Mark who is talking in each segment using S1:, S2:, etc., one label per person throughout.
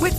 S1: With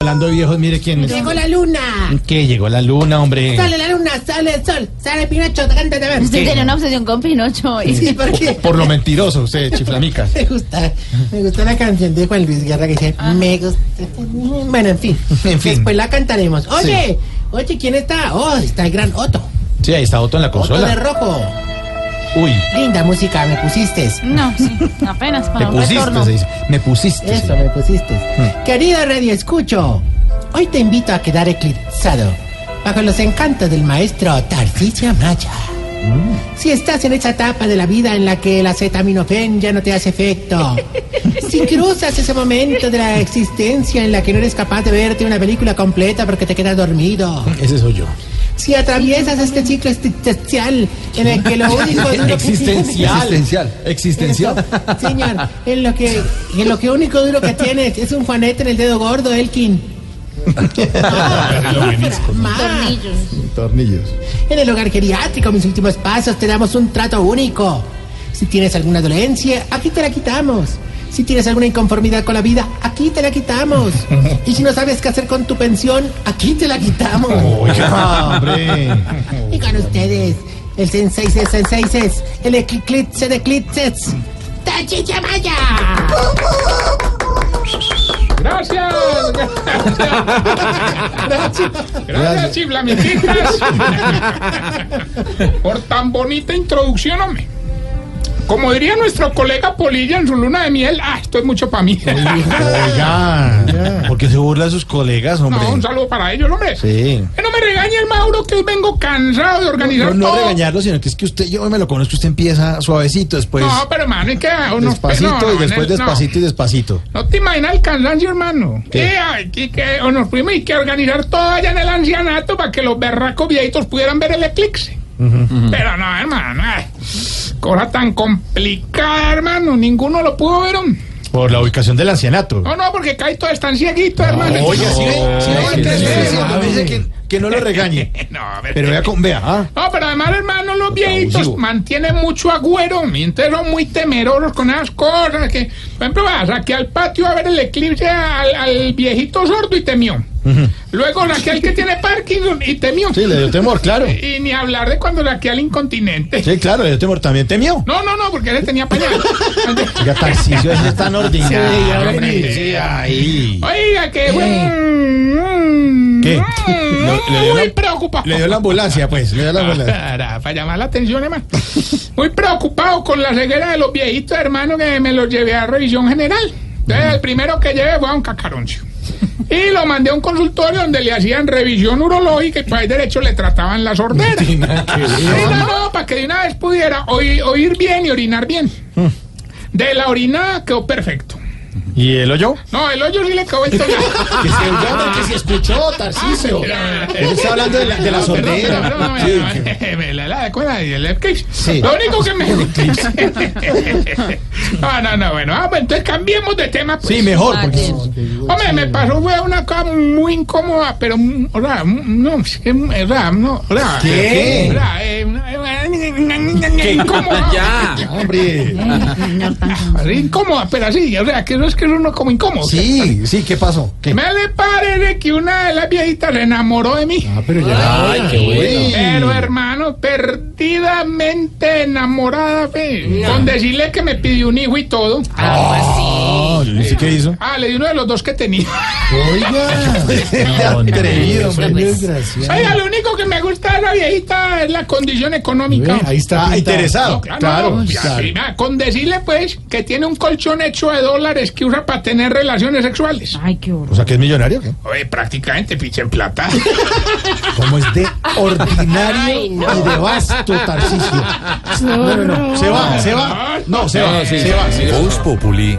S2: Hablando de viejos, mire quién es.
S3: Llegó la luna.
S2: Que llegó la luna, hombre.
S3: Sale la luna, sale el sol, sale Pinocho, cántate a ver.
S4: Usted tiene una obsesión con Pinocho hoy.
S3: Sí, ¿por qué?
S2: Por lo mentiroso, usted, chiflamicas.
S3: Me gusta, me gusta la canción de Juan Luis Guerra que dice, me gusta. Bueno, en fin,
S2: En fin.
S3: después la cantaremos. Oye, oye, ¿quién está? Oh, está el gran Otto.
S2: Sí, ahí está Otto en la
S3: Otto de
S2: consola.
S3: rojo.
S2: Uy,
S3: Linda música me pusiste.
S4: No, sí, apenas
S2: me
S4: para un
S2: pusiste,
S4: retorno.
S2: se dice. Me pusiste.
S3: Eso
S2: sí. Mm.
S3: me pusiste. Querido Radio Escucho, hoy te invito a quedar eclipsado bajo los encantos del maestro Tarcisia Maya.
S2: Mm.
S3: Si estás en esa etapa de la vida en la que el acetaminofén ya no te hace efecto, si cruzas ese momento de la existencia en la que no eres capaz de verte una película completa porque te quedas dormido,
S2: Ese soy yo.
S3: si atraviesas este ciclo existencial en el que lo único
S5: Pues,
S3: duro que
S2: Existencial.
S6: Existencial.
S2: Existencial.
S3: eso, señor, en lo que en lo que único duro que tienes es un juanete en el dedo gordo, Elkin. Más.
S4: Tornillos.
S6: Tornillos.
S3: En el hogar geriátrico, mis últimos pasos, te damos un trato único. Si tienes alguna dolencia, aquí te la quitamos. Si tienes alguna inconformidad con la vida, aquí te la quitamos. Y si no sabes qué hacer con tu pensión, aquí te la quitamos.
S2: Oiga, Ah, hombre.
S3: Y con ustedes, el sensei es sensei es el eclipse de eclipses, Tachicha Maya.
S5: Gracias, gracias chiflamititas por tan bonita introducción, hombre. Como diría nuestro colega Polilla en su luna de miel, ah, esto es mucho para mí.
S2: Oiga. ¿Por qué se burla de sus colegas, hombre?
S5: No, un saludo para ellos, hombre.
S2: Sí.
S5: Que no me regañe el Mauro, que hoy vengo cansado de
S2: No,
S5: organizar
S2: no
S5: todo.
S2: regañarlo, sino que es que usted, yo me lo conozco, usted empieza suavecito, después
S5: no, pero hermano, es que unos
S2: pues. despacito
S5: no,
S2: y después
S5: no,
S2: despacito y despacito.
S5: No te imaginas el cansancio, hermano.
S2: ¿Qué?
S5: Eh, aquí que o nos fuimos y que organizar todo allá en el ancianato para que los berracos viejitos pudieran ver el eclipse. Pero no, hermano. ay, cosa tan complicada, hermano. Ninguno lo pudo ver. hombre.
S2: Por la ubicación del ancianato.
S5: No, no, porque caí todos están cieguitos, hermano.
S2: Oiga, sí, ve, sí,
S5: no,
S2: ve, que le
S5: no,
S2: estoy
S5: no,
S2: diciendo,
S5: no,
S2: me dice que, que no lo regañe.
S5: No, a ver.
S2: Pero vea, con, vea, ah,
S5: No, pero además, hermano, los viejitos
S2: abusivo.
S5: mantienen mucho agüero. mi, Entonces son muy temerosos con esas cosas. Que, por ejemplo, vas aquí al patio a ver el eclipse al, al viejito sordo y temió. Luego aquel que tiene Parkinson y temió.
S2: sí, le dio temor, claro.
S5: Y ni hablar de cuando al incontinente.
S2: Sí, claro, le dio temor. También temió.
S5: No, no, no, porque él tenía pañal.
S2: Oiga, Tarcicio, ese es tan ordinario.
S5: hombre.
S2: hombre. Sí, ahí.
S5: Oiga, que fue... mm,
S2: ¿Qué?
S5: mm,
S2: No, le dio
S5: Muy
S2: la-
S5: preocupado.
S2: Le dio la ambulancia, pues. Le dio la ambulancia.
S5: Para, para llamar la atención, hermano. Muy preocupado con la ceguera de los viejitos, hermano, que me los llevé a revisión general. Entonces, el primero que llevé fue a un cacaroncio. Y lo mandé a un consultorio donde le hacían revisión urológica y para el derecho le trataban la sordera. Sí, no, no, para que de una vez pudiera oír, oír bien y orinar bien. De la orina quedó perfecto.
S2: ¿Y el hoyo?
S5: No, el hoyo sí le quedó esto.
S2: Que se oyó, que se escuchó, Tarcicio.
S5: Ah,
S2: Él está hablando de la, de la
S5: No, no, no,
S2: sordera.
S5: no,
S2: Sí,
S5: no,
S2: que-
S5: eh, me la- la- ¿cuál es? El eclipse.
S2: Sí.
S5: Lo único que me. no, no, no, bueno. Ah, pues entonces cambiemos de tema. pues.
S2: Sí, mejor. Porque...
S5: Hombre, me pasó fue una cosa muy incómoda, pero. mm, O sea, mm, no, es que, mm, o sea, no, o sea,
S2: ¿Qué?
S5: o sea, eh, eh, incómoda.
S3: Ah,
S2: Hombre.
S5: Así Incómoda, pero así, o sea, que no es que es uno como incómodo.
S2: Sí, sí, ¿qué pasó? ¿Qué?
S5: Me le parece que una de las viejitas se enamoró de mí.
S2: Ah, pero ya. Ay, qué bueno.
S5: Pero hermano, perdidamente enamorada, fe. Con decirle que me pidió un hijo y todo.
S2: Ah, ¿sí qué hizo?
S5: Ah, le di uno de los dos que tenía.
S2: Oiga, atrevido, hombre. pues.
S5: Oiga, lo único que me gusta de la viejita es la condición económica.
S6: Ahí está.
S2: Ah,
S6: pintado.
S2: interesado.
S5: No, claro, no, ya, sí, nada, con decirle pues que tiene un colchón hecho de dólares que usa para tener relaciones sexuales.
S2: Ah.
S4: Ay, qué horror.
S2: O sea, que es millonario, ¿qué?
S5: Oye, prácticamente ficha en plata.
S2: Como es de ordinario y de vasto, Tarcicio. No, no, no. Se va, se
S5: Ah, eh,
S2: va. No, se va, se va.
S7: Voz Populi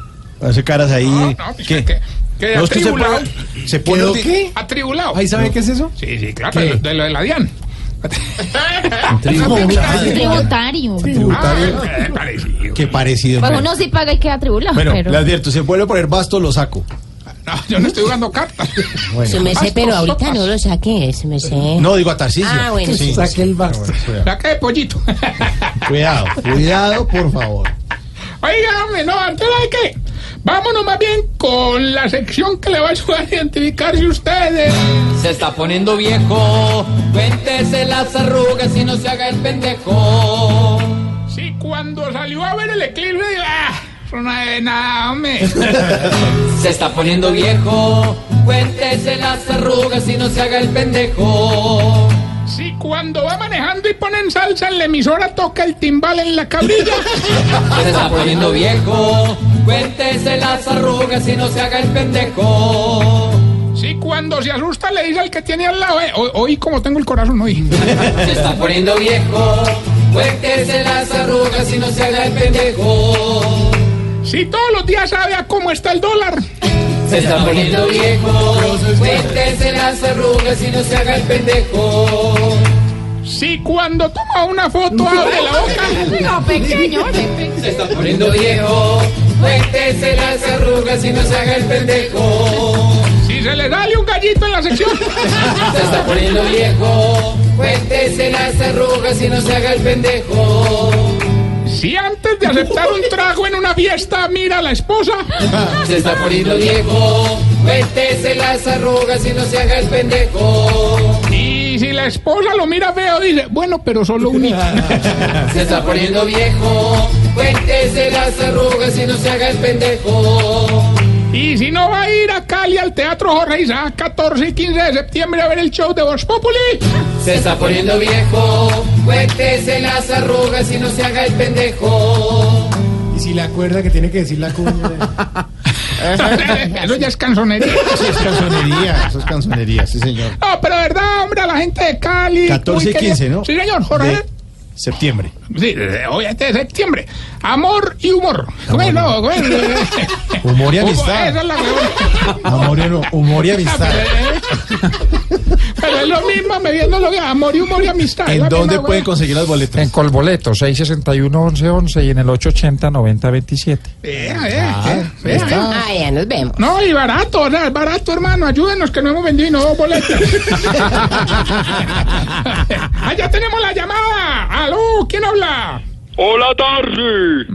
S2: Hace caras ahí.
S5: No, no, pues
S2: ¿Qué?
S5: que- que
S2: No, es que se
S5: atribulado.
S2: pone- se pone
S5: ¿Quedó
S2: oti-
S5: qué? Atribulado.
S2: ¿Ahí sabe qué es eso?
S5: Sí, sí,
S2: ¿Qué?
S5: claro, de, lo- de lo de la DIAN.
S2: Tributario.
S4: Tributario.
S5: Ah,
S2: Tributario.
S5: eh, parecido.
S2: Qué parecido.
S4: Pues
S2: hombre.
S4: uno sí paga y queda tribulado,
S2: Bueno,
S4: pero...
S2: le advierto, se vuelve a poner basto, lo saco.
S5: No, yo no estoy jugando cartas.
S8: Se me sé, pero ahorita no lo saqué, se me sé.
S2: No, digo a Tarcisio.
S8: Ah, bueno.
S2: Sí,
S9: Saque
S2: sí.
S9: el basto.
S2: Ah, bueno,
S5: La que de pollito.
S2: cuidado. Cuidado, cuidado, por favor.
S5: Oiga, hombre, no, antes de qué. Vámonos más bien con la sección que le va a ayudar a identificar si ustedes.
S3: Se está poniendo viejo, cuéntese las arrugas y no se haga el pendejo.
S5: Si cuando salió a ver el eclipse, digo, ah, eso no es nada, hombre.
S3: Se está poniendo viejo, cuéntese las arrugas y no se haga el pendejo.
S5: Si cuando va manejando y ponen salsa en la emisora, toca el timbal en la cabrilla.
S3: Se está poniendo viejo, cuéntese las arrugas y no se haga el pendejo.
S5: Si cuando se asusta le dice al que tiene al lado, eh, hoy, hoy como tengo el corazón hoy.
S3: Se está poniendo viejo, cuéntese las arrugas y no se haga el pendejo.
S5: Si todos los días sabe a cómo está el dólar.
S3: Se está poniendo viejo, cuéntese las arrugas y no se haga el pendejo.
S5: Si cuando toma una foto abre la boca.
S4: No, pequeño.
S3: Se está poniendo viejo, cuéntese las arrugas y no se haga el pendejo.
S5: Si se le sale un gallito en la sección.
S3: Se está poniendo viejo, cuéntese las arrugas y no se haga el pendejo.
S5: Si antes de aceptar un trago en una fiesta mira a la esposa.
S3: Se está poniendo viejo, cuéntese las arrugas y no se haga el pendejo.
S5: Y si la esposa lo mira feo, dice, bueno, pero solo un hijo.
S3: Se está poniendo viejo, cuéntese las arrugas y no se haga el pendejo.
S5: Y si no va a ir a Cali al Teatro Jorge Isaac 14 y 15 de septiembre a ver el show de Voz Populi.
S3: Se está poniendo viejo, cuéntese las arrugas y no se haga el pendejo.
S2: Y si le acuerda que tiene que decir la cuña.
S5: Eso ya es canzonería.
S2: Eso es canzonería, eso es canzonería, sí, señor.
S5: No, pero de verdad, hombre, a la gente de Cali.
S2: 14 y
S5: muy querida.
S2: 15, ¿no?
S5: Sí, señor, Jorge.
S2: De septiembre.
S5: Sí, de- hoy es de septiembre. Amor y humor. Bueno, bueno.
S2: Humor y
S5: Hugo,
S2: amistad.
S5: Esa es la huevona.
S2: Amor y, no- humor y amistad.
S5: Pero es lo mismo, me viendo lo que amor y humor y amistad. es
S2: ¿En
S5: la
S2: dónde
S5: misma
S2: pueden
S5: huevona.
S2: conseguir las boletas?
S3: En Colboleto, 661-1111 y en el 880-9027.
S5: Vea, vea, vea, vea.
S8: Ah, ya nos vemos.
S5: No, y barato, o sea, es barato, hermano. Ayúdenos que no hemos vendido y no dos boletas. Allá tenemos la llamada. Aló, ¿quién habla?
S3: Hola, Tarsi.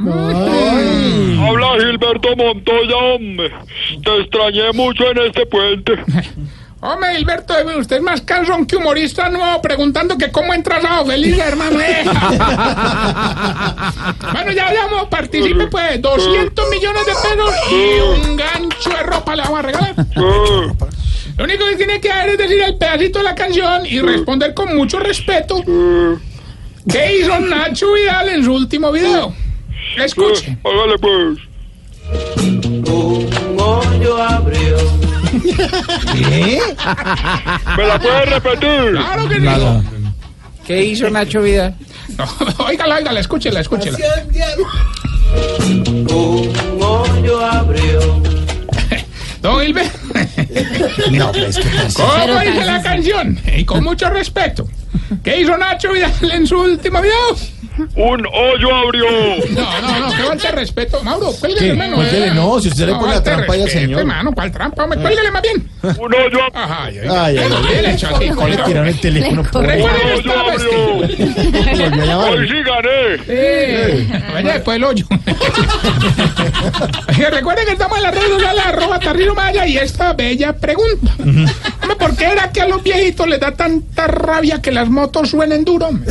S3: Habla Gilberto Montoya, hombre. Te extrañé mucho en este puente.
S5: Hombre, Gilberto, usted es más calzón que humorista nuevo preguntando que cómo entras a Feliz, hermano. eh. bueno, ya hablamos, participe pues, 200 millones de pesos y un gancho de ropa le vamos a regalar. Lo único que tiene que hacer es decir el pedacito de la canción y responder con mucho respeto qué hizo Nacho Vidal en su último video. Escuche.
S3: Hágale, pues.
S2: ¿Qué?
S3: ¿Me la puedes repetir?
S5: Claro que sí.
S3: ¿Qué hizo Nacho Vidal?
S5: No, óigala, óigala, escúchela, escúchela. Don Gilberto.
S2: No, pues qué pasa.
S5: ¿Cómo dice la canción? Y con mucho respeto. ¿Qué hizo Nacho Vidal en su último video?
S3: Un hoyo abrió.
S5: No, no, no, que falta de respeto. Mauro, cuélgale,
S2: ¿Qué?
S5: hermano.
S2: Cuélguele, Pues no, este si usted le pone la
S5: falta de
S2: trampa ahí al
S5: respeto,
S2: señor.
S5: hermano, ¿cuál trampa? Hombre, cuélgale más bien.
S3: Un hoyo
S5: Ajá, ay, ay.
S2: Ay, ay, ay.
S5: Bien hecho, así,
S2: Le
S5: colgado.
S2: tiraron el teléfono por ahí.
S5: Recuerden esta bestia.
S2: Volvió a llamar.
S3: sí gané.
S5: Eh, Vaya después el hoyo. Oiga, Recuerden que estamos en las redes sociales arroba Tarrino Maya y esta bella pregunta. Hombre, ¿por qué era que a los viejitos les da tanta rabia que las motos suenen duro? hombre?